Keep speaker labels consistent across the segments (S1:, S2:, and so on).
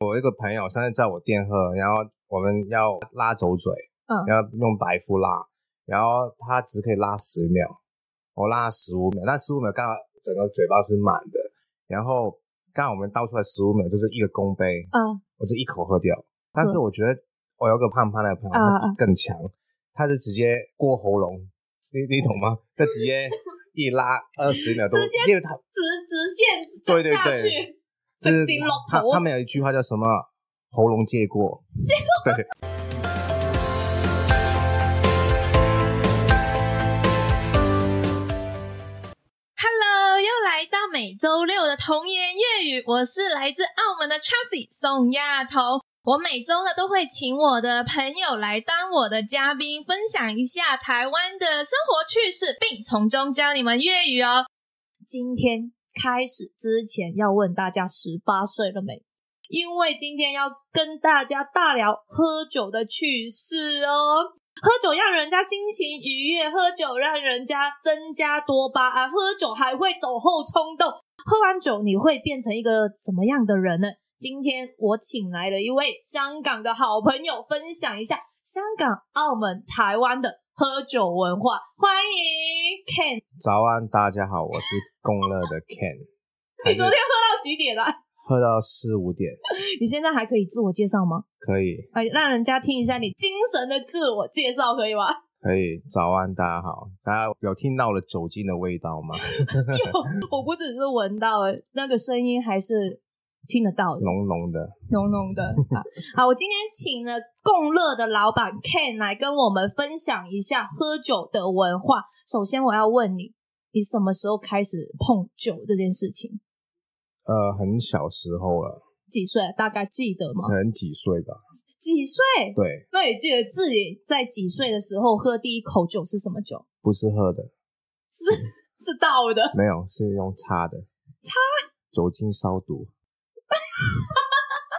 S1: 我一个朋友上次在我店喝，然后我们要拉走嘴，
S2: 嗯
S1: 然后用白夫拉，然后他只可以拉十秒，我拉十五秒，那十五秒刚好整个嘴巴是满的，然后刚好我们倒出来十五秒就是一个公杯，
S2: 嗯
S1: 我就一口喝掉。但是
S2: 嗯
S1: 我觉得我有个胖胖的朋友，
S2: 啊
S1: 他更强，他是直接过喉咙，你你懂吗？他直接一拉二十秒都
S2: 直接，
S1: 因为他
S2: 直直线
S1: 对
S2: 走
S1: 对
S2: 下
S1: 对
S2: 去，
S1: 就
S2: 直
S1: 是
S2: 行落
S1: 他
S2: 头
S1: 他。们有一句话叫什么？喉咙借过，
S2: Hello，又来到每周六的童言粤语，我是来自澳门的 Chelsea 宋亚彤。我每周呢都会请我的朋友来当我的嘉宾，分享一下台湾的生活趣事，并从中教你们粤语哦。今天开始之前要问大家十八岁了没？因为今天要跟大家大聊喝酒的趣事哦。喝酒让人家心情愉悦，喝酒让人家增加多巴胺，喝酒还会酒后冲动。喝完酒你会变成一个怎么样的人呢？今天我请来了一位香港的好朋友，分享一下香港、澳门、台湾的喝酒文化。欢迎 Ken，
S1: 早安，大家好，我是共乐 的 Ken，
S2: 你昨天喝到几点了？
S1: 喝到四五点，
S2: 你现在还可以自我介绍吗？
S1: 可以
S2: 哎，让人家听一下你精神的自我介绍，可以吗？
S1: 可以。早安，大家好，大家有听到了酒精的味道 吗？
S2: 我不只是闻到，哎那个声音还是听得到的。
S1: 浓浓的，
S2: 浓浓的啊。好，我今天请了共乐的老板 Ken 来跟我们分享一下喝酒的文化。首先，我要问你，你什么时候开始碰酒这件事情？
S1: 呃，很小时候了，
S2: 几岁？啊大概记得吗
S1: 可？能几岁吧。
S2: 几岁？
S1: 对，
S2: 那你记得自己在几岁的时候喝第一口酒是什么酒？
S1: 不是喝的，
S2: 是倒的。
S1: 没有，是用擦的。擦？酒精消毒。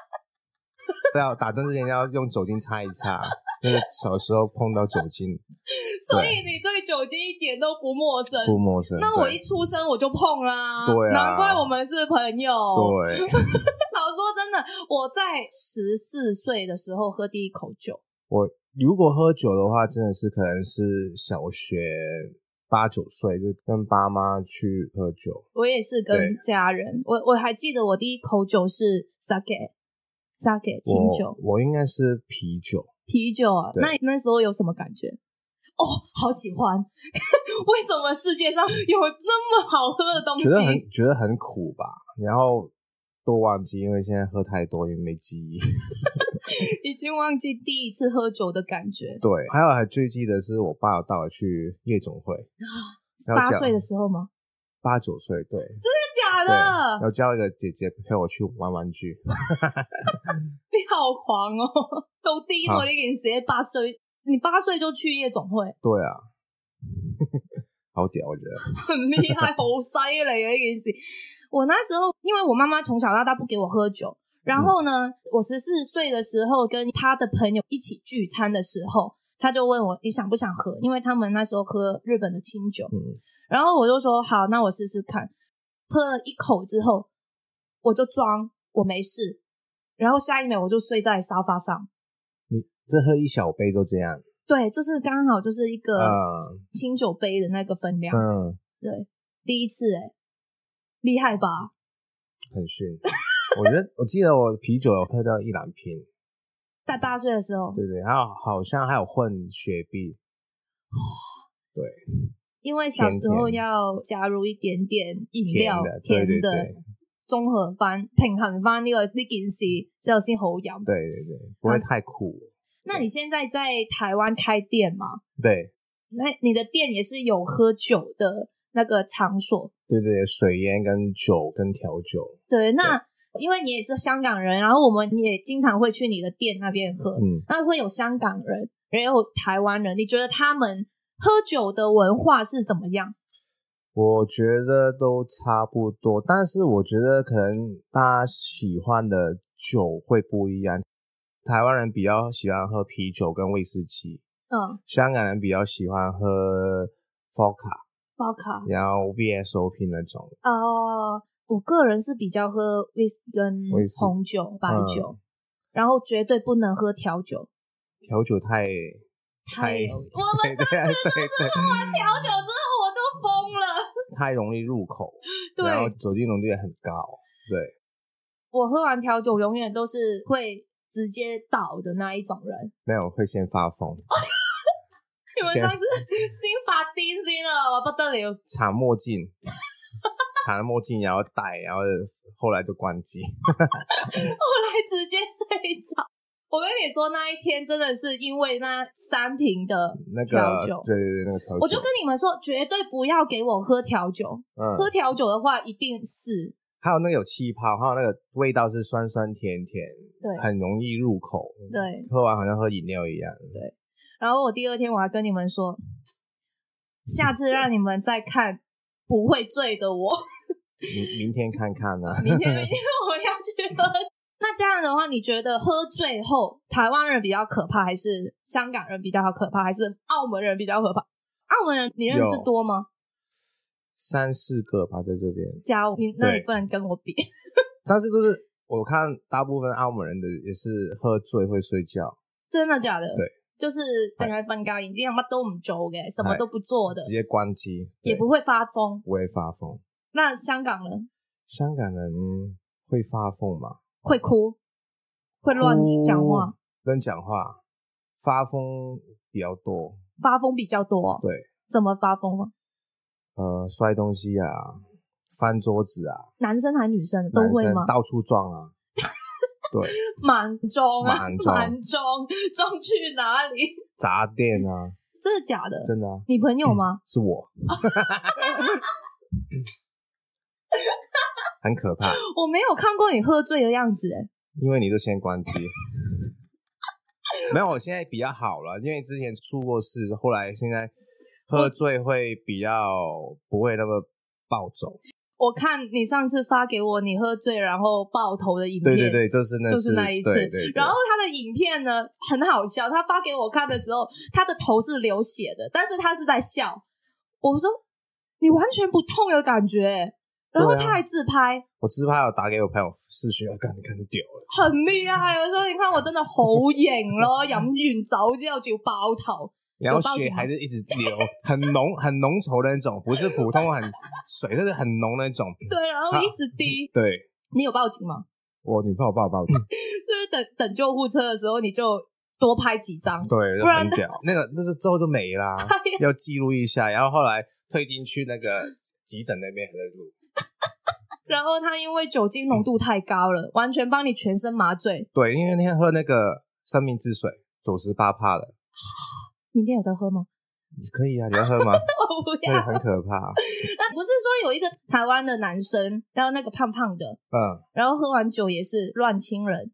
S1: 对啊，打针之前要用酒精擦一擦。那个小时候碰到酒精
S2: 所以你对酒精一点都不陌生。
S1: 不陌生。
S2: 那我
S1: 对
S2: 一出生我就碰啦，
S1: 对啊
S2: 难怪我们是朋友。
S1: 对，
S2: 老实说真的，我在十四岁的时候喝第一口酒，
S1: 我如果喝酒的话，真的是可能是小学八九岁就跟爸妈去喝酒，
S2: 我也是跟
S1: 对
S2: 家人，我我还记得我第一口酒是 sake sake 清
S1: 我
S2: 酒
S1: 我应该是啤酒，
S2: 啤酒啊，
S1: 对
S2: 那那时候有什么感觉？哦，好喜欢！ 为什么世界上有那么好喝的东西
S1: 觉？得很觉得很苦吧，然后都忘记，因为现在喝太多也没记忆。
S2: 已经忘记第一次喝酒的感觉。
S1: 对，还有还最记得是我爸有带我去夜总会，要
S2: 八
S1: 讲
S2: 岁的时候吗？
S1: 八九岁，对，
S2: 真的假
S1: 对，
S2: 的？
S1: 要叫一个姐姐陪我去玩玩具，
S2: 你好狂哦！都第一
S1: 好
S2: 我你给你写八岁，你八岁就去夜总会。
S1: 对啊， 好屌，我觉得，
S2: 很厉害，好犀利啊！呢件事，我那时候因为我妈妈从小到大不给我喝酒，然后呢，我十四岁的时候跟她的朋友一起聚餐的时候，她就问我你想不想喝，因为他们那时候喝日本的清酒，
S1: 嗯，
S2: 然后我就说好，那我试试看。喝了一口之后，我就装我没事，然后下一秒我就睡在沙发上。
S1: 你这喝一小杯就这样，
S2: 对，就是刚好就是一个
S1: 嗯
S2: 清酒杯的那个分量。
S1: 嗯，
S2: 对，第一次哎、厉害吧？
S1: 很逊。 我觉得我记得我啤酒有喝到一两瓶，
S2: 在八岁的时候，
S1: 对对，还有好像还有混雪碧，
S2: 因为小时候要加入一点点饮料
S1: 甜的，
S2: 甜
S1: 对对
S2: 的
S1: 对
S2: 综合翻平衡翻呢個呢件事之後先好飲。
S1: 对对对，不会太苦，
S2: 那你现在在台湾开店吗？
S1: 对
S2: 那你的店也是有喝酒的那个场所，
S1: 对对，水烟跟酒跟调酒，
S2: 对？那因为你也是香港人，然后我们也经常会去你的店那边喝，
S1: 嗯，
S2: 那会有香港人，也有台湾人，你觉得他们喝酒的文化是怎么样？
S1: 我觉得都差不多，但是我觉得可能大家喜欢的酒会不一样。台湾人比较喜欢喝啤酒跟威士忌，
S2: 嗯，
S1: 香港人比较喜欢喝 f o c a
S2: 包卡。
S1: 然后 VSOP 那种。
S2: 哦，我个人是比较喝威士忌跟
S1: 威士嗯
S2: 红酒、白酒，然后绝对不能喝调酒。
S1: 调酒太
S2: 太
S1: 太
S2: 油
S3: 我们
S1: 对对对对，
S3: 调酒之后我就疯了，
S1: 太容易入口，
S2: 对
S1: 然后酒精浓度也很高，对，
S2: 我喝完调酒，永远都是会直接倒的那一种人。
S1: 没有会先发疯，
S3: 你们
S1: 先
S3: 上次心法钉心了，我不得了。
S1: 查墨镜，查了墨镜然后戴，然后后来就关机，
S3: 后来直接睡着。
S2: 我跟你说，那一天真的是因为那三瓶的，
S1: 那
S2: 调
S1: 个
S2: 酒
S1: 对对对，那个调酒，
S2: 我就跟你们说，绝对不要给我喝调酒。喝
S1: 嗯，
S2: 调酒的话，一定死。
S1: 还有那个有气泡，还有那个味道是酸酸甜甜，
S2: 对
S1: 很容易入口，
S2: 对，
S1: 喝完好像喝饮料一样，
S2: 然后我第二天我还跟你们说，下次让你们再看不会醉的我。
S1: 明明天看看呢、啊
S2: 明天 明天我要去喝。 那这样的话，你觉得喝醉后台湾人比较可怕，还是香港人比较可怕，还是澳门人比较可怕？澳门人你认识
S1: 有
S2: 多吗？
S1: 三四个吧，在这边，
S2: 加油你那你
S1: 对
S2: 不能跟我比，
S1: 但是都是我看大部分澳门人的也是喝醉会睡觉，
S2: 真的假的？
S1: 对，
S2: 就是整个瞓觉，已经乜都唔做嘅，什么
S1: 哎
S2: 都不做的
S1: 直，接关机，对
S2: 也不会发疯。
S1: 不会发疯。
S2: 那香港人
S1: 香港人会发疯吗？
S2: 会哭，会乱讲话，
S1: 哦，乱讲话，发疯比较多。
S2: 发疯比较多。
S1: 对，
S2: 怎么发疯啊？
S1: 呃，摔东西啊，翻桌子啊，
S2: 男生还女生都
S1: 男
S2: 会
S1: 生
S2: 吗？
S1: 到处撞 啊，对，
S2: 满中啊，
S1: 满中
S2: 满中，中去哪里？
S1: 砸店 啊，
S2: 真的假的？
S1: 真的、啊、
S2: 你朋友吗？
S1: 是我， 很可怕，
S2: 我没有看过你喝醉的样子，哎，
S1: 因为你就先关机。 没有，我现在比较好了，因为之前出过事，后来现在喝醉会比较不会那么暴走。
S2: 我看你上次发给我你喝醉然后爆头的影片，
S1: 对对对，就是那次，
S2: 就是那一次
S1: 对对对
S2: 然后他的影片呢很好笑，他发给我看的时候，他的头是流血的，但是他是在笑。我说你完全不痛的感觉，哎然后
S1: 对啊
S2: 他还自拍，
S1: 我自拍有打给我朋友视讯，哎干你看你屌了，
S2: 很厉害啊！所以你看我真的好型咯，饮完酒之後就爆頭。
S1: 然后
S2: 有报警
S1: 血
S2: 吗
S1: 还是一直流，很浓很浓稠的那种，不是普通很水，就是很浓的那 种。
S2: 对，然
S1: 啊
S2: 后一直滴。
S1: 对
S2: 你有报警吗？
S1: 我女朋友抱抱，
S2: 就是等等救护车的时候，你就多拍几张。
S1: 对，就
S2: 不然哎
S1: 很屌。那个那是之后就没 啦，要记录一下。然后后来退进去那个急诊那边还在录，
S2: 然后他因为酒精浓度太高了，完全帮你全身麻醉。
S1: 对，因为那天喝那个生命之水，九十八帕的，
S2: 明天有得喝吗？
S1: 你可以啊，你要喝吗？
S2: 我不
S1: 那
S2: 要
S1: 个。很可怕。
S2: 那不是说有一个台湾的男生，然后那个胖胖的，
S1: 嗯，
S2: 然后喝完酒也是乱亲人。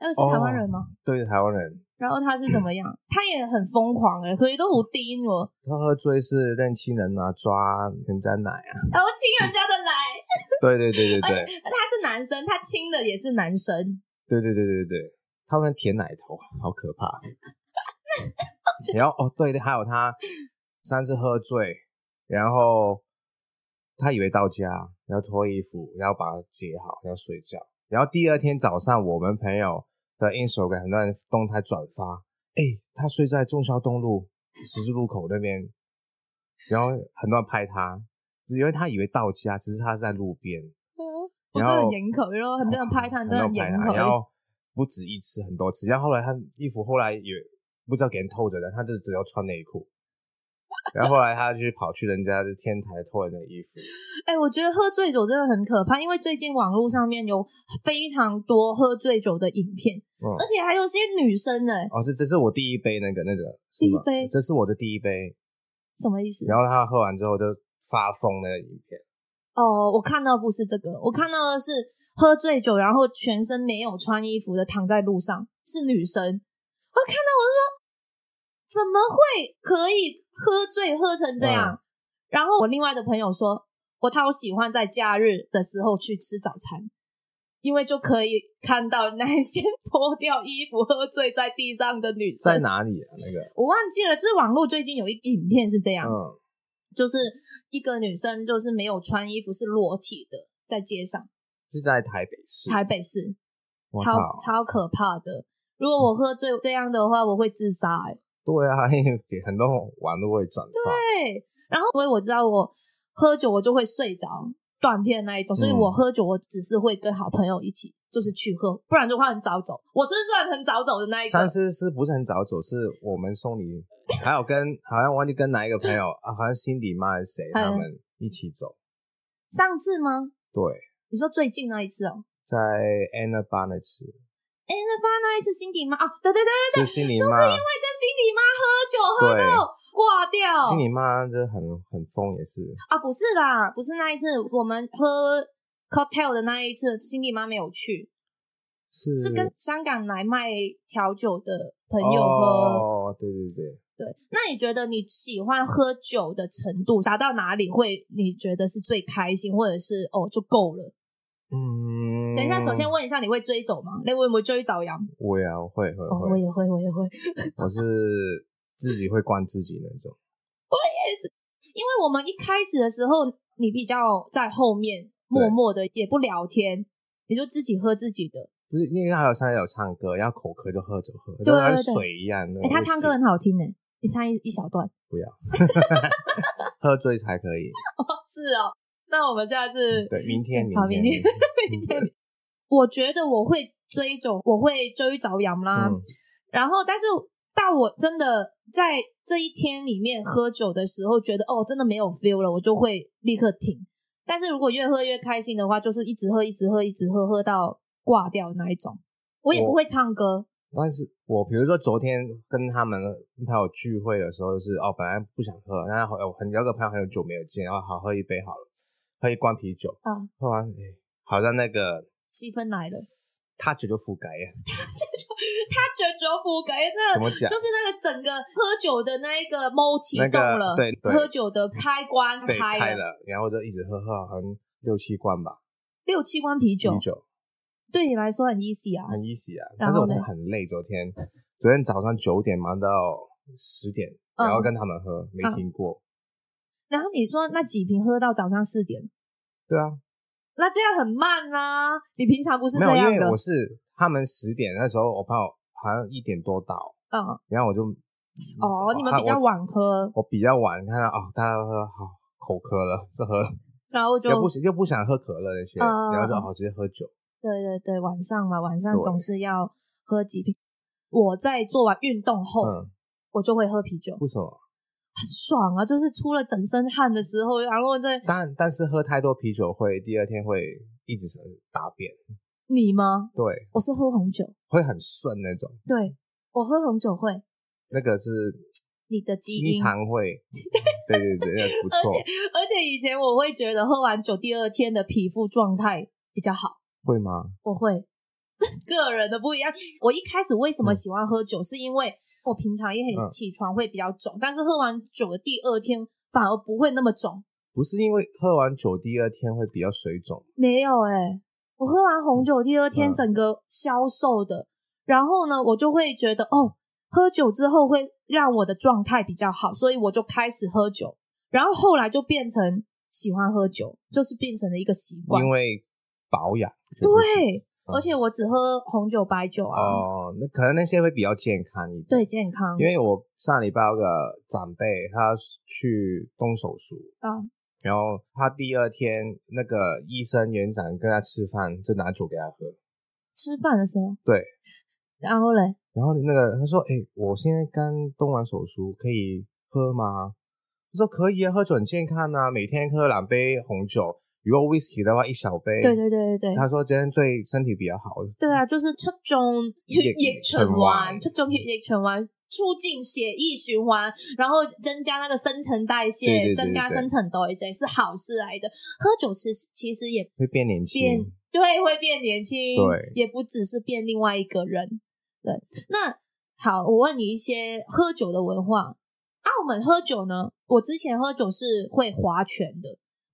S2: 那个
S1: 哦
S2: 是台湾人吗？
S1: 对，台湾人
S2: 然后他是怎么样？
S1: 嗯
S2: 他也很疯狂诶、欸，佢都好癲喎。
S1: 他喝醉是认亲人啊，抓人家奶啊。
S2: 然后亲人家的奶，
S1: 对对对对
S2: 而
S1: 对。
S2: 且他是男生，他亲的也是男生，
S1: 对对对对对，他们舔奶头，好可怕。然后哦，对对，还有他上次喝醉，然后他以为到家，然后脱衣服，然后把它解好，然后睡觉。然后第二天早上，我们朋友的 Instagram 很多人动态转发，哎，他睡在中消东路十字路口那边，然后很多人拍他，只因为他以为到家，只是他在路边。
S2: 我
S1: 然
S2: 都
S1: 后
S2: 很严口，然后很多人拍他，很
S1: 哦很
S2: 多
S1: 多
S2: 人
S1: 人
S2: 严
S1: 拍
S2: 口
S1: 他，，然后不止一次，很多次。然后后来他衣服后来也不知道给人偷着的，他就只要穿内裤。 然后后来他就跑去人家的天台偷人的衣服，
S2: 哎、我觉得喝醉酒真的很可怕，因为最近网络上面有非常多喝醉酒的影片，
S1: 嗯
S2: 而且还有些女生欸呢、
S1: 哦，这这是我第一杯那个那个
S2: 第一
S1: 是吗
S2: 杯
S1: 这是我的第一杯。
S2: 什么意思？
S1: 然后他喝完之后就发疯那个影片，
S2: 哦，我看到不是这个，我看到的是喝醉酒，然后全身没有穿衣服的躺在路上，是女生。我看到我就说，怎么会可以喝醉喝成这样？
S1: 嗯
S2: 然后我另外的朋友说，我超喜欢在假日的时候去吃早餐。因为就可以看到那些 脱掉衣服喝醉在地上的女
S1: 在
S2: 生，
S1: 哪里啊？那个，
S2: 我忘记了，这网络最近有一影片是这样，
S1: 嗯，
S2: 就是一个女生就是没有穿衣服是裸体的，在街上，
S1: 是在台北市，
S2: 台北市
S1: 我
S2: 超
S1: 操，嗯
S2: 超可怕的。如果我喝醉这样的话，我会自杀、欸。
S1: 对啊，因为给很多网络会转发，
S2: 对，然后因为我知道我喝酒我就会睡着断片那一种，所以
S1: 嗯
S2: 我喝酒我只是会跟好朋友一起，就是去喝，不然的话很早走。我是算很早走的那一个
S1: 上，次是不是很早走？是我们送 你，还有跟好像忘记跟哪一个朋友，啊、好像辛迪妈还是谁，
S2: 嗯
S1: 他们一起走，
S2: 上次吗？
S1: 对，
S2: 你说最近那一次哦？
S1: 在 Anna Bar 那次
S2: 哎，那爸那一次 Cindy 妈啊，对对对对对，
S1: 是辛迪
S2: 就是
S1: 妈
S2: 因为。跟 Cindy 妈喝酒喝
S1: 对
S2: 到挂掉，
S1: 心理妈就很很疯，也是
S2: 啊，不是啦，不是那一次，我们喝 cocktail 的那一次，Cindy 妈没有去，
S1: 是
S2: 是跟香港来卖调酒的朋友喝。
S1: 哦，对对对，
S2: 对，那你觉得你喜欢喝酒的程度达到哪里会？你觉得是最开心，或者是哦就够了？
S1: 嗯，
S2: 等一下，首先问一下，你会追走吗？你会不会追早阳？
S1: 我呀，我会会
S2: 哦，我
S1: 会，
S2: 也会，我也会，
S1: 我是自己会灌自己那种，
S2: 因为我们一开始的时候，你比较在后面默默的，也不聊天，你就自己喝自己的。
S1: 就是因为他有唱有唱歌，然后口渴就喝就喝，
S2: 对
S1: 就像
S2: 对对
S1: 水一样。那
S2: 哎、
S1: 种
S2: 他唱歌很好听呢，你唱一一小段。
S1: 喝醉才可以。
S2: 是哦，那我们下次
S1: 嗯对，明天明
S2: 好
S1: 天
S2: 明天
S1: 明
S2: 天我觉得我会追走，我会追早阳啦。
S1: 嗯
S2: 然后，但是到我真的在这一天里面喝酒的时候，觉得哦，真的没有 feel 了，我就会立刻停。但是如果越喝越开心的话，就是一直喝，一直喝，一直喝，喝到挂掉那一种。我也不会唱歌，
S1: 但是我比如说昨天跟他们朋友聚会的时候是，哦，本来不想喝，然后有很有个朋友很久没有见，然后好喝一杯好了，喝一罐啤酒，
S2: 啊，
S1: 喝完哎，好像那个
S2: 气氛来了，
S1: 他酒就覆盖呀，
S2: 他觉得酒不哎，这
S1: 怎
S2: 个
S1: 么讲
S2: 就？是那个整个喝酒的那一个猫启
S1: 那
S2: 动
S1: 个
S2: 了，
S1: 对对
S2: 喝酒的开关
S1: 对，
S2: 开
S1: 开了，然后就一直喝喝，好像六七罐吧，
S2: 六七罐啤酒
S1: 啤，酒
S2: 对你来说很 easy 啊，
S1: 很 easy 啊。
S2: 然
S1: 但是
S2: 后
S1: 我
S2: 呢
S1: 很累，昨天昨天早上九点忙到十点，
S2: 嗯
S1: 然后跟他们喝，没停过。
S2: 然后你说那几瓶喝到早上四点，
S1: 对啊，
S2: 那这样很慢啊！你平常不是
S1: 没
S2: 这
S1: 有，因
S2: 样
S1: 为
S2: 的，
S1: 我是他们十点那时候，我朋友好像一点多到，
S2: 嗯，
S1: 然后我就
S2: 哦，你们
S1: 啊
S2: 比较
S1: 我
S2: 晚喝，
S1: 我比较晚看到哦，他喝好口渴了，是喝，
S2: 然后就
S1: 又不又不想喝可乐那些，
S2: 嗯
S1: 然后就
S2: 嗯
S1: 哦直接喝酒。
S2: 对对对，晚上嘛，晚上
S1: 对
S2: 总是要喝几瓶。我在做完运动后，
S1: 嗯，
S2: 我就会喝啤酒，
S1: 为什么？
S2: 很爽啊！就是出了整身汗的时候，然后在
S1: 但但是喝太多啤酒会第二天会一直大便，
S2: 你吗？
S1: 对，
S2: 我是喝红酒，
S1: 会很顺那种。
S2: 对我喝红酒会，
S1: 那个是
S2: 你的基
S1: 经
S2: 因。
S1: 常 会，对对对，那个不错，
S2: 而且以前我会觉得喝完酒第二天的皮肤状态比较好。
S1: 会吗？
S2: 我会， 个人的不一样。我一开始为什么喜欢喝酒，是因为我平常也很
S1: 嗯
S2: 起床会比较肿，但是喝完酒的第二天反而不会那么肿。
S1: 不是因为喝完酒第二天会比较水肿，
S2: 没有哎、我喝完红酒第二天
S1: 嗯
S2: 整个消瘦的，然后呢，我就会觉得哦，喝酒之后会让我的状态比较好，所以我就开始喝酒，然后后来就变成喜欢喝酒，就是变成了一个习惯
S1: 因。为保养。就不行
S2: 对，而且我只喝红酒、白酒啊，
S1: 哦，那可能那些会比较健康一点。
S2: 对健康。
S1: 因为我上礼拜有个长辈他去动手术，
S2: 嗯，
S1: 然后他第二天那个医生园长跟他吃饭就拿酒给他喝，
S2: 吃饭的时候，
S1: 对，
S2: 然后嘞，
S1: 然后那个他说：“哎、我现在刚动完手术，可以喝吗？”我说：“可以啊，喝酒很健康啊，每天喝两杯红酒，如果 whisky 的话一小杯。”
S2: 对对对对对，
S1: 他说：“今天对身体比较好。
S2: 对啊，就是出种血液循
S1: 循
S2: 环，
S1: 环
S2: 出种血液循环，促进血液循环，然后增加那个新陈代谢，
S1: 对对对
S2: 增加
S1: 对对
S2: 新陈代谢是好事来的。喝酒其实其实也”
S1: 会变年轻，
S2: 变对，会变年轻，
S1: 对
S2: 也不只是变另外一个人。对，那好，我问你一些喝酒的文化。澳门喝酒呢，我之前喝酒是会划拳的，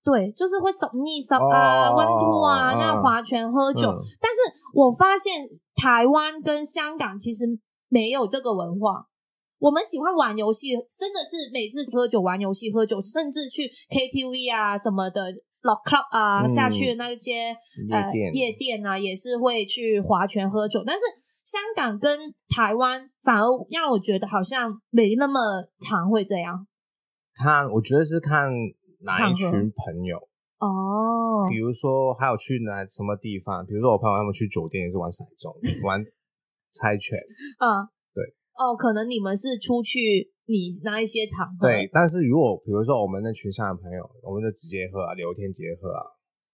S2: 对，就是会手逆手啊、
S1: 哦
S2: 温度啊，
S1: 嗯
S2: 那划拳喝酒。
S1: 嗯
S2: 但是我发现台湾跟香港其实没有这个文化。我们喜欢玩游戏，真的是每次喝酒玩游戏、喝酒，甚至去 KTV 啊什么的，老 club 啊、
S1: 嗯
S2: 下去的那一些
S1: 夜店
S2: 呃、夜店啊，也是会去划拳喝酒。但是香港跟台湾反而让我觉得好像没那么常会这样
S1: 看我觉得是看哪
S2: 场
S1: 一群
S2: 合
S1: 朋友，
S2: 哦。
S1: 比如说还有去哪什么地方，比如说我朋友他们去酒店也是玩骰盅， 玩猜拳，
S2: 嗯，
S1: 对。
S2: 哦，可能你们是出去你那一些场合，
S1: 对，，但是如果比如说我们那群上的朋友，我们就直接喝啊，聊天直接喝啊，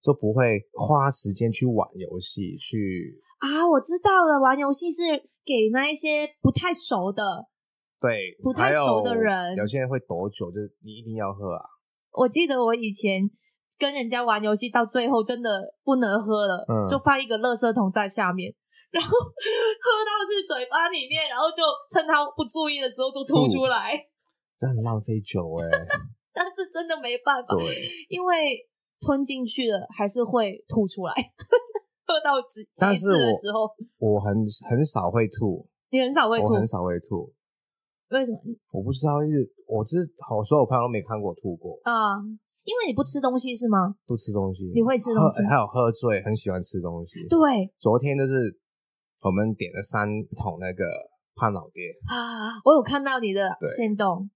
S1: 就不会花时间去玩游戏，去
S2: 啊，我知道了，玩游戏是给那一些不太熟的。
S1: 对
S2: 不太
S1: 还有
S2: 熟的人
S1: 有些人会躲酒，就是你一定要喝啊，
S2: 我记得我以前跟人家玩游戏，到最后真的不能喝了，
S1: 嗯
S2: 就放一个垃圾桶在下面，然后 喝到去嘴巴里面，然后就趁他不注意的时候就吐出来。
S1: 这很浪费酒哎、
S2: 但是真的没办法，
S1: 对。
S2: 因为吞进去了还是会吐出来。喝到极
S1: 但
S2: 极
S1: 是
S2: 致的时候，
S1: 我我很很少会吐，
S2: 你很少会吐
S1: 我，很少会吐，
S2: 为什么？
S1: 我不知道是我这好所有朋友都没看过我吐过，
S2: 啊、因为你不吃东西是吗？
S1: 不吃东西，
S2: 你会吃东西
S1: 喝还有喝醉，很喜欢吃东西。，
S2: 对
S1: 昨天就是我们点了三桶那个胖老爹，
S2: 啊，我有看到你的
S1: 对
S2: 线动。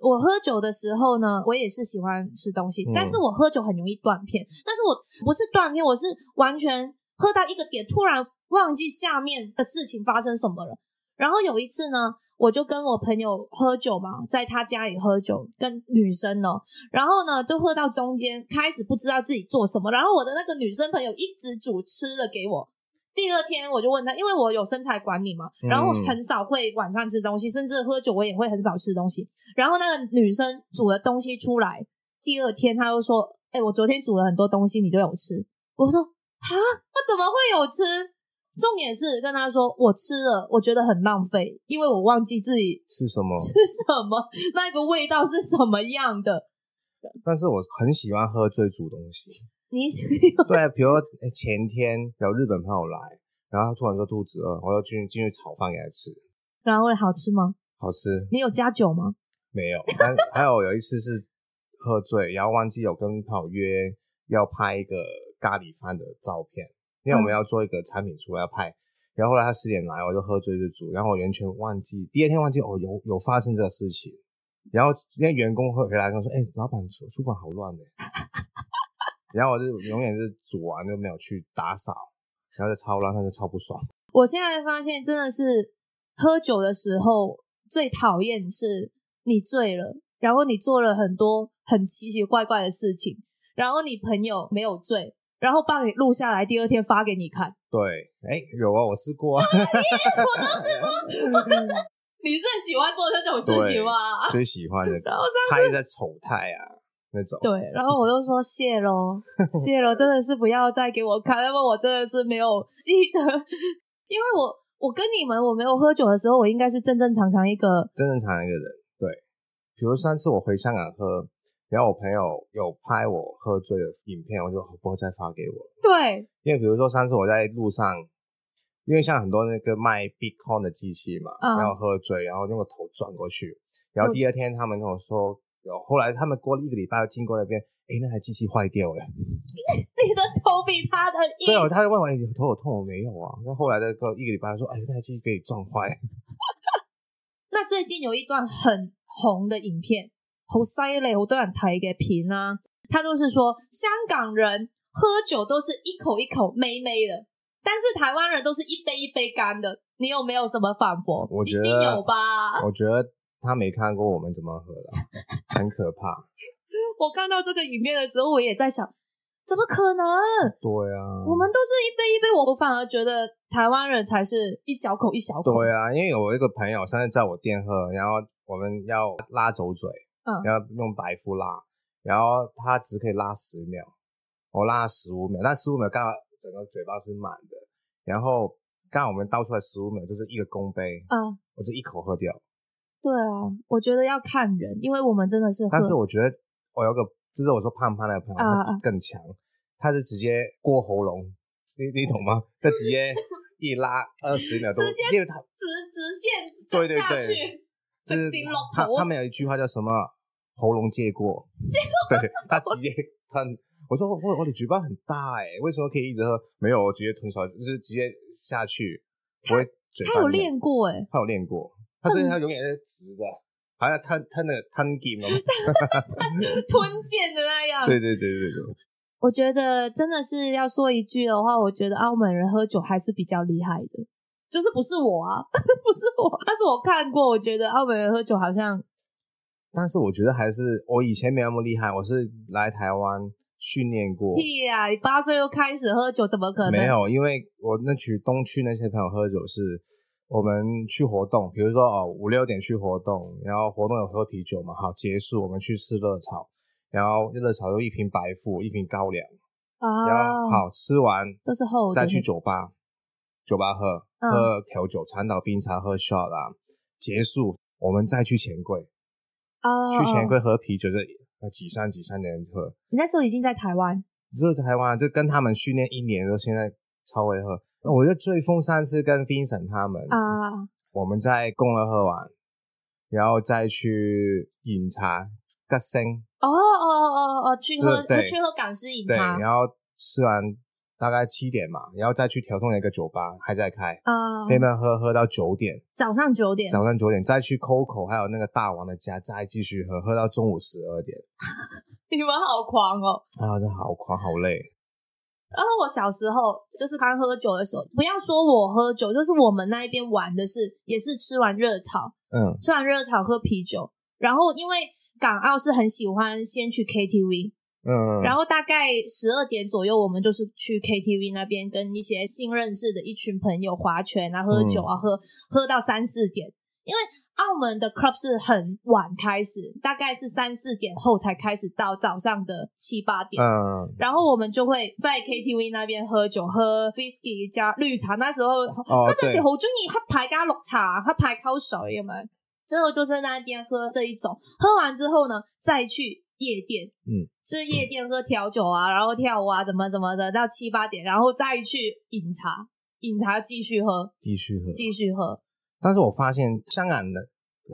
S2: 我喝酒的时候呢，我也是喜欢吃东西，
S1: 嗯
S2: 但是我喝酒很容易断片。但是我不是断片，我是完全喝到一个点，突然忘记下面的事情发生什么了。然后有一次呢，我就跟我朋友喝酒嘛，在他家里喝酒，跟女生哦，然后呢就喝到中间，开始不知道自己做什么。然后我的那个女生朋友一直煮吃的给我。第二天我就问她，因为我有身材管理嘛，然后我
S1: 嗯
S2: 很少会晚上吃东西，甚至喝酒我也会很少吃东西。然后那个女生煮了东西出来，第二天她又说：“哎、我昨天煮了很多东西，你都有吃。”我说：“啊，我怎么会有吃？”重点是跟她说：“我吃了，我觉得很浪费，因为我忘记自己
S1: 吃什么？
S2: 吃什么，那个味道是什么样的。
S1: 但是我很喜欢喝醉煮东西。
S2: 你喜
S1: 对，啊比如诶前天有日本朋友来，然后他突然说肚子饿，我就进进去炒饭给他吃，
S2: 然后好吃吗？
S1: 好吃
S2: 你有加酒吗？
S1: 没有？但还有有一次是喝醉，然后忘记有跟朋友约要拍一个咖喱饭的照片，因为我
S2: 嗯
S1: 们要做一个产品出来要拍。然后后来他十点来，我就喝醉就煮，然后我完全忘记，第二天忘记哦有有发生这个事情。然后那员工会回来跟我说：“哎、老板厨厨房好乱的。”然后我就永远是煮完就没有去打扫，然后就超乱，他就超不爽。
S2: 我现在发现真的是喝酒的时候最讨厌是你醉了，然后你做了很多很奇奇怪怪的事情，然后你朋友没有醉，然后帮你录下来，第二天发给你看。
S1: 对，哎、有啊，我试过啊，
S2: 我都是说，你是很喜欢做这种事情吗？
S1: 最喜欢的
S2: 然后
S1: 拍一下丑态啊那种。
S2: 对，然后我就说谢 喽，谢喽，真的是不要再给我看，因为我真的是没有记得， 因为我我跟你们我没有喝酒的时候，我应该是正正常常一个
S1: 真正常一个人。对，比如上次我回香港喝，然后我朋友有拍我喝醉的影片，我就不会再发给我了。
S2: 对
S1: 因为比如说上次我在路上，因为像很多那个卖 Bitcoin 的机器嘛，
S2: 嗯
S1: 然后喝醉，然后用个头转过去，然后第二天他们跟我说，有后来他们过了一个礼拜经过那边，诶，那台机器坏掉了。
S2: 你的头比他的硬
S1: 对，哦，他就问我，诶你头有痛我没有啊？那后来那个一个礼拜他说，哎，那台机器被撞坏。
S2: 那最近有一段很红的影片，好犀利，好多人睇嘅片啊。他就是说，香港人喝酒都是一口一口妹妹的，但是台湾人都是一杯一杯干的。你有没有什么反驳？
S1: 我觉得
S2: 一定有吧。
S1: 我觉得他没看过我们怎么喝的，很可怕。
S2: 我看到这个影片的时候，我也在想，怎么可能？
S1: 对啊，
S2: 我们都是一杯一杯，我我反而觉得台湾人才是一小口一小口。
S1: 对啊，因为我有一个朋友上次在我店喝，然后我们要拉走嘴，
S2: 嗯
S1: 然后用白夫拉，然后他只可以拉十秒，我拉十五秒，但十五秒刚好整个嘴巴是满的，然后刚好我们倒出来十五秒就是一个公杯，
S2: 啊、
S1: 我就一口喝
S2: 哦
S1: 掉。
S2: 对啊，我觉得要看人，因为我们真的是喝
S1: 但是我觉得我有个，就是我说胖胖那个朋友，
S2: 啊啊
S1: 他更强，他是直接过喉咙，你你懂吗？他直 接一拉二十秒钟，
S2: 直接
S1: 因为他
S2: 直直线
S1: 对
S2: 走
S1: 对
S2: 下去，
S1: 对就
S2: 直
S1: 是
S2: 行龙
S1: 他
S2: 头。
S1: 他们有一句话叫什么？喉咙借过，对他直接吞，我说我我的举报很大哎、为什么可以一直喝？没有，我直接吞下来，就是直接下去，不会嘴巴
S2: 他有
S1: 里面
S2: 练过哎、
S1: 他有练过，他所以他永远是直的，好像他他那个摊 game 哦，
S2: 吞剑的那样
S1: 对对对对对，
S2: 我觉得真的是要说一句的话，我觉得澳门人喝酒还是比较厉害的，就是不是我啊， 不是我，但是我看过，我觉得澳门人喝酒好像
S1: 但是我觉得还是我以前没那么厉害，我是来台湾训练过，
S2: 屁啊！你八岁就开始喝酒，怎么可能？
S1: 没有，因为我那去东区那些朋友喝酒是。我们去活动，比如说哦五六点去活动，然后活动有喝啤酒嘛，好结束我们去吃热炒，然后热炒就一瓶白富，一瓶高粱，然后
S2: 啊，
S1: 好吃完
S2: 都是后
S1: 再
S2: 的
S1: 去酒吧，酒吧喝、
S2: 嗯
S1: 喝调酒、长岛冰茶、喝 shot 啦、结束我们再去钱柜，
S2: 啊，
S1: 去钱
S2: 哦
S1: 柜喝啤酒，这呃几三几三年喝，
S2: 你那时候已经在台湾，
S1: 这台湾就跟他们训练一年，就现在超会喝。那我就最疯三次跟 Vincent 他们
S2: 啊，
S1: 我们在共乐喝完，然后再去饮茶、吉星，
S2: 哦哦哦哦哦，去喝
S1: 是对
S2: 去喝港式饮
S1: 对，
S2: 茶
S1: 然后吃完大概七点嘛，然后再去调动一个酒吧还在开，
S2: 啊，
S1: 慢慢喝喝到九点，
S2: 早上九点，
S1: 早上九点再去 Coco 还有那个大王的家再继续喝，喝到中午十二点，
S2: 你们好狂哦！
S1: 啊，真的好狂好累。
S2: 然后我小时候就是刚喝酒的时候，不要说我喝酒，就是我们那一边玩的是也是吃完热炒，
S1: 嗯，
S2: 吃完热炒喝啤酒，然后因为港澳是很喜欢先去 KTV，、
S1: 嗯，
S2: 然
S1: 后
S2: 后大概十二点左右，我们就是去 KTV 那边跟一些新认识的一群朋友划拳啊、
S1: 嗯
S2: 喝酒啊，喝喝到三四点，因为澳门的 club 是很晚开始，大概是三四点后才开始到早上的七八点，
S1: 嗯，
S2: 然后我们就会在 KTV 那边喝酒，喝 whisky 加绿茶。那时候，
S1: 哦
S2: 嗰陣時
S1: 對
S2: 好中意黑牌加綠茶，黑牌溝水咁樣。之後就是那邊喝這一種，喝完之後呢，再去夜店，
S1: 嗯，
S2: 就是夜店喝調酒啊，然後跳舞啊，怎麼怎麼的，到七八點，然後再去飲茶，飲茶繼續喝，
S1: 继续喝。
S2: 繼續喝。
S1: 但是我发现香港的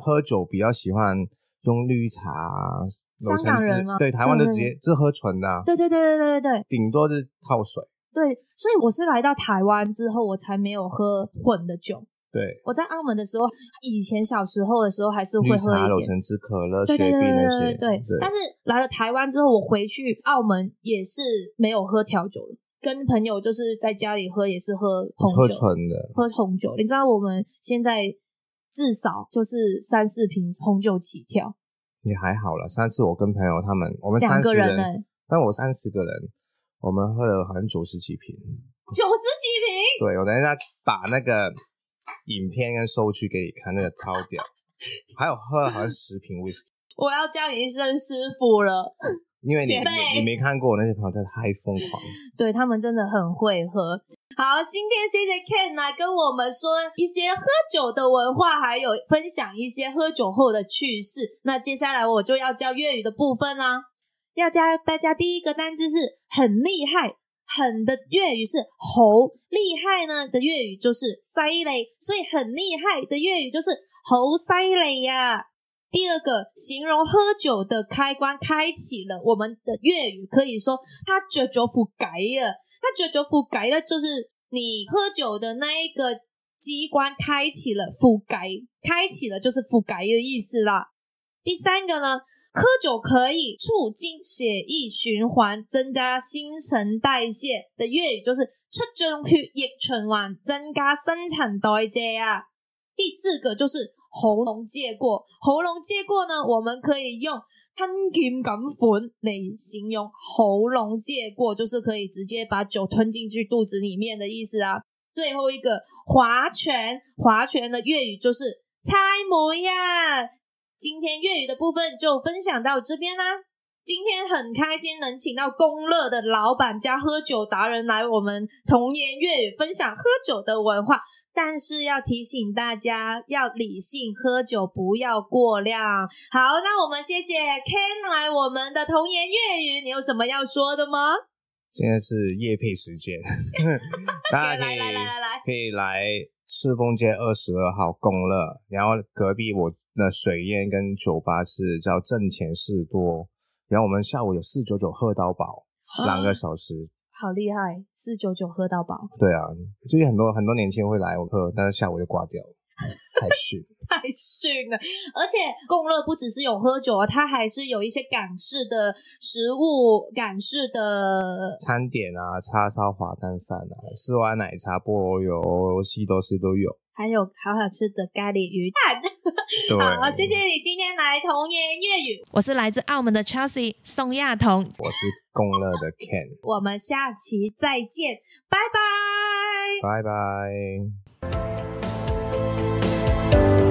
S1: 喝酒比较喜欢用绿茶啊、
S2: 香
S1: 柳
S2: 港
S1: 橙
S2: 人
S1: 汁
S2: 吗，
S1: 对，台湾就直接就喝纯的啊，
S2: 對對對對對對對。
S1: 顶多是泡水。
S2: 对，所以我是来到台湾之后，我才没有喝混的酒。
S1: 对，
S2: 我在澳门的时候，以前小时候的时候还是会
S1: 绿
S2: 喝
S1: 茶、
S2: 一
S1: 柳
S2: 点。
S1: 橙汁、可乐、
S2: 对
S1: 雪
S2: 对
S1: 碧
S2: 对
S1: 那
S2: 对
S1: 些。
S2: 对对，但是来了台湾之后，我回去澳门也是没有喝调酒了，跟朋友就是在家里喝，也是喝红
S1: 喝
S2: 酒，
S1: 纯的，
S2: 喝红酒。你知道我们现在至少就是三四瓶红酒起跳，
S1: 也还好了。上次我跟朋友他们，我们
S2: 两
S1: 三
S2: 个
S1: 十
S2: 人呢、
S1: 但我三十个人，我们喝了好像九十几瓶。
S2: 九十几瓶。
S1: 对，我等一下把那个影片跟收据给你看，那个超屌。还有喝了好像十瓶 whisky，
S2: 我要叫你一声师傅了，
S1: 因为你
S2: 姐妹
S1: 你你没看过我那些朋友，真的太疯狂了。
S2: 对他们真的很会喝。好，今天谢谢 Ken 来跟我们说一些喝酒的文化，还有分享一些喝酒后的趣事。那接下来我就要教粤语的部分啦、要教大家第一个单字是“很厉害”，“很”的粤语是“猴”，“厉害呢”的粤语就是“犀利”，所以“很厉害”的粤语就是“猴犀利”呀。第二个，形容喝酒的开关开启了，我们的粤语可以说“他久久不改了”，他久久不改了，就是你喝酒的那一个机关开启了，覆盖开启了就是覆盖的意思啦。第三个呢，喝酒可以促进血液循环，增加新陈代谢的粤语就是促进血液循环，增加新陈代谢啊。第四个就是喉咙借过，喉咙借过呢，我们可以用吞剑感款嚟形容喉咙借过，就是可以直接把酒吞进去肚子里面的意思啊。最后一个划拳，划拳的粤语就是猜模呀。今天粤语的部分就分享到这边啦、今天很开心能请到公乐的老板加喝酒达人来我们童言粤语分享喝酒的文化。但是要提醒大家要理性喝酒，不要过量。好，那我们谢谢 Ken 来我们的童言粤语，你有什么要说的吗？
S1: 现在是夜配时 间，大家可
S2: 来
S1: 以
S2: 来来来来，
S1: 可以来赤峰街二十二号共乐，然后隔壁我的水宴跟酒吧是叫挣钱士多，然后我们下午有四九九喝到饱，
S2: 啊
S1: 两个小时。
S2: 好厉害，四九九喝到饱，
S1: 对啊，最近很多很多年轻人会来我喝，但是下午就挂掉了，太逊。
S2: 太逊了！而且共乐不只是有喝酒啊，它还是有一些港式的食物、港式的
S1: 餐点啊，叉烧滑蛋饭啊，丝瓜奶茶、菠萝油、西多士都有。
S2: 还有好好吃的咖喱鱼蛋。
S1: 对，
S2: 好，谢谢你今天来童言粤语，我是来自澳门的 Chelsea 宋亚彤，
S1: 我是共乐的 Ken，
S2: 我们下期再见，拜
S1: 拜
S2: 拜。
S1: 拜。